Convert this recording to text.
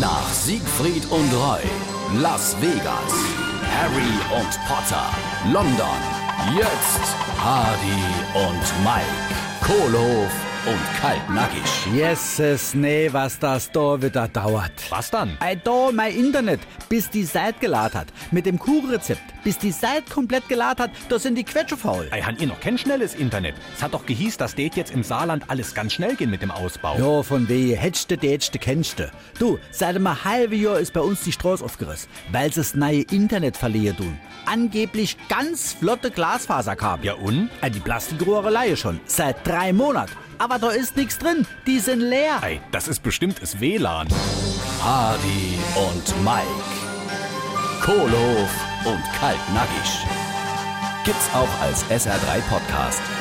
Nach Siegfried und Roy, Las Vegas, Harry und Potter, London, jetzt Hardy und Mike, Kohlehof und Kaltnackig. Jesus, nee, was das da wieder dauert. Was dann? Ei, da mein Internet, bis die Seite geladen hat. Mit dem Kuchenrezept, bis die Seite komplett geladen hat, da sind die Quetsche faul. Ei, han ihr noch kein schnelles Internet? Es hat doch gehieß, dass det jetzt im Saarland alles ganz schnell gehen mit dem Ausbau. Ja, von weh, hättste, dätschte, kennste. Du, seit einem halben Jahr ist bei uns die Straße aufgerissen, weil sie das neue Internet verliehen tun. Angeblich ganz flotte Glasfaserkabel. Ja und? Äh, Die Plastikrohre leihe schon, seit drei Monaten. Aber da ist nichts drin, die sind leer. Ei, das ist bestimmt das WLAN. Hardy und Mike, Kohlehof und Kaltnackig. Gibt's auch als SR3 Podcast.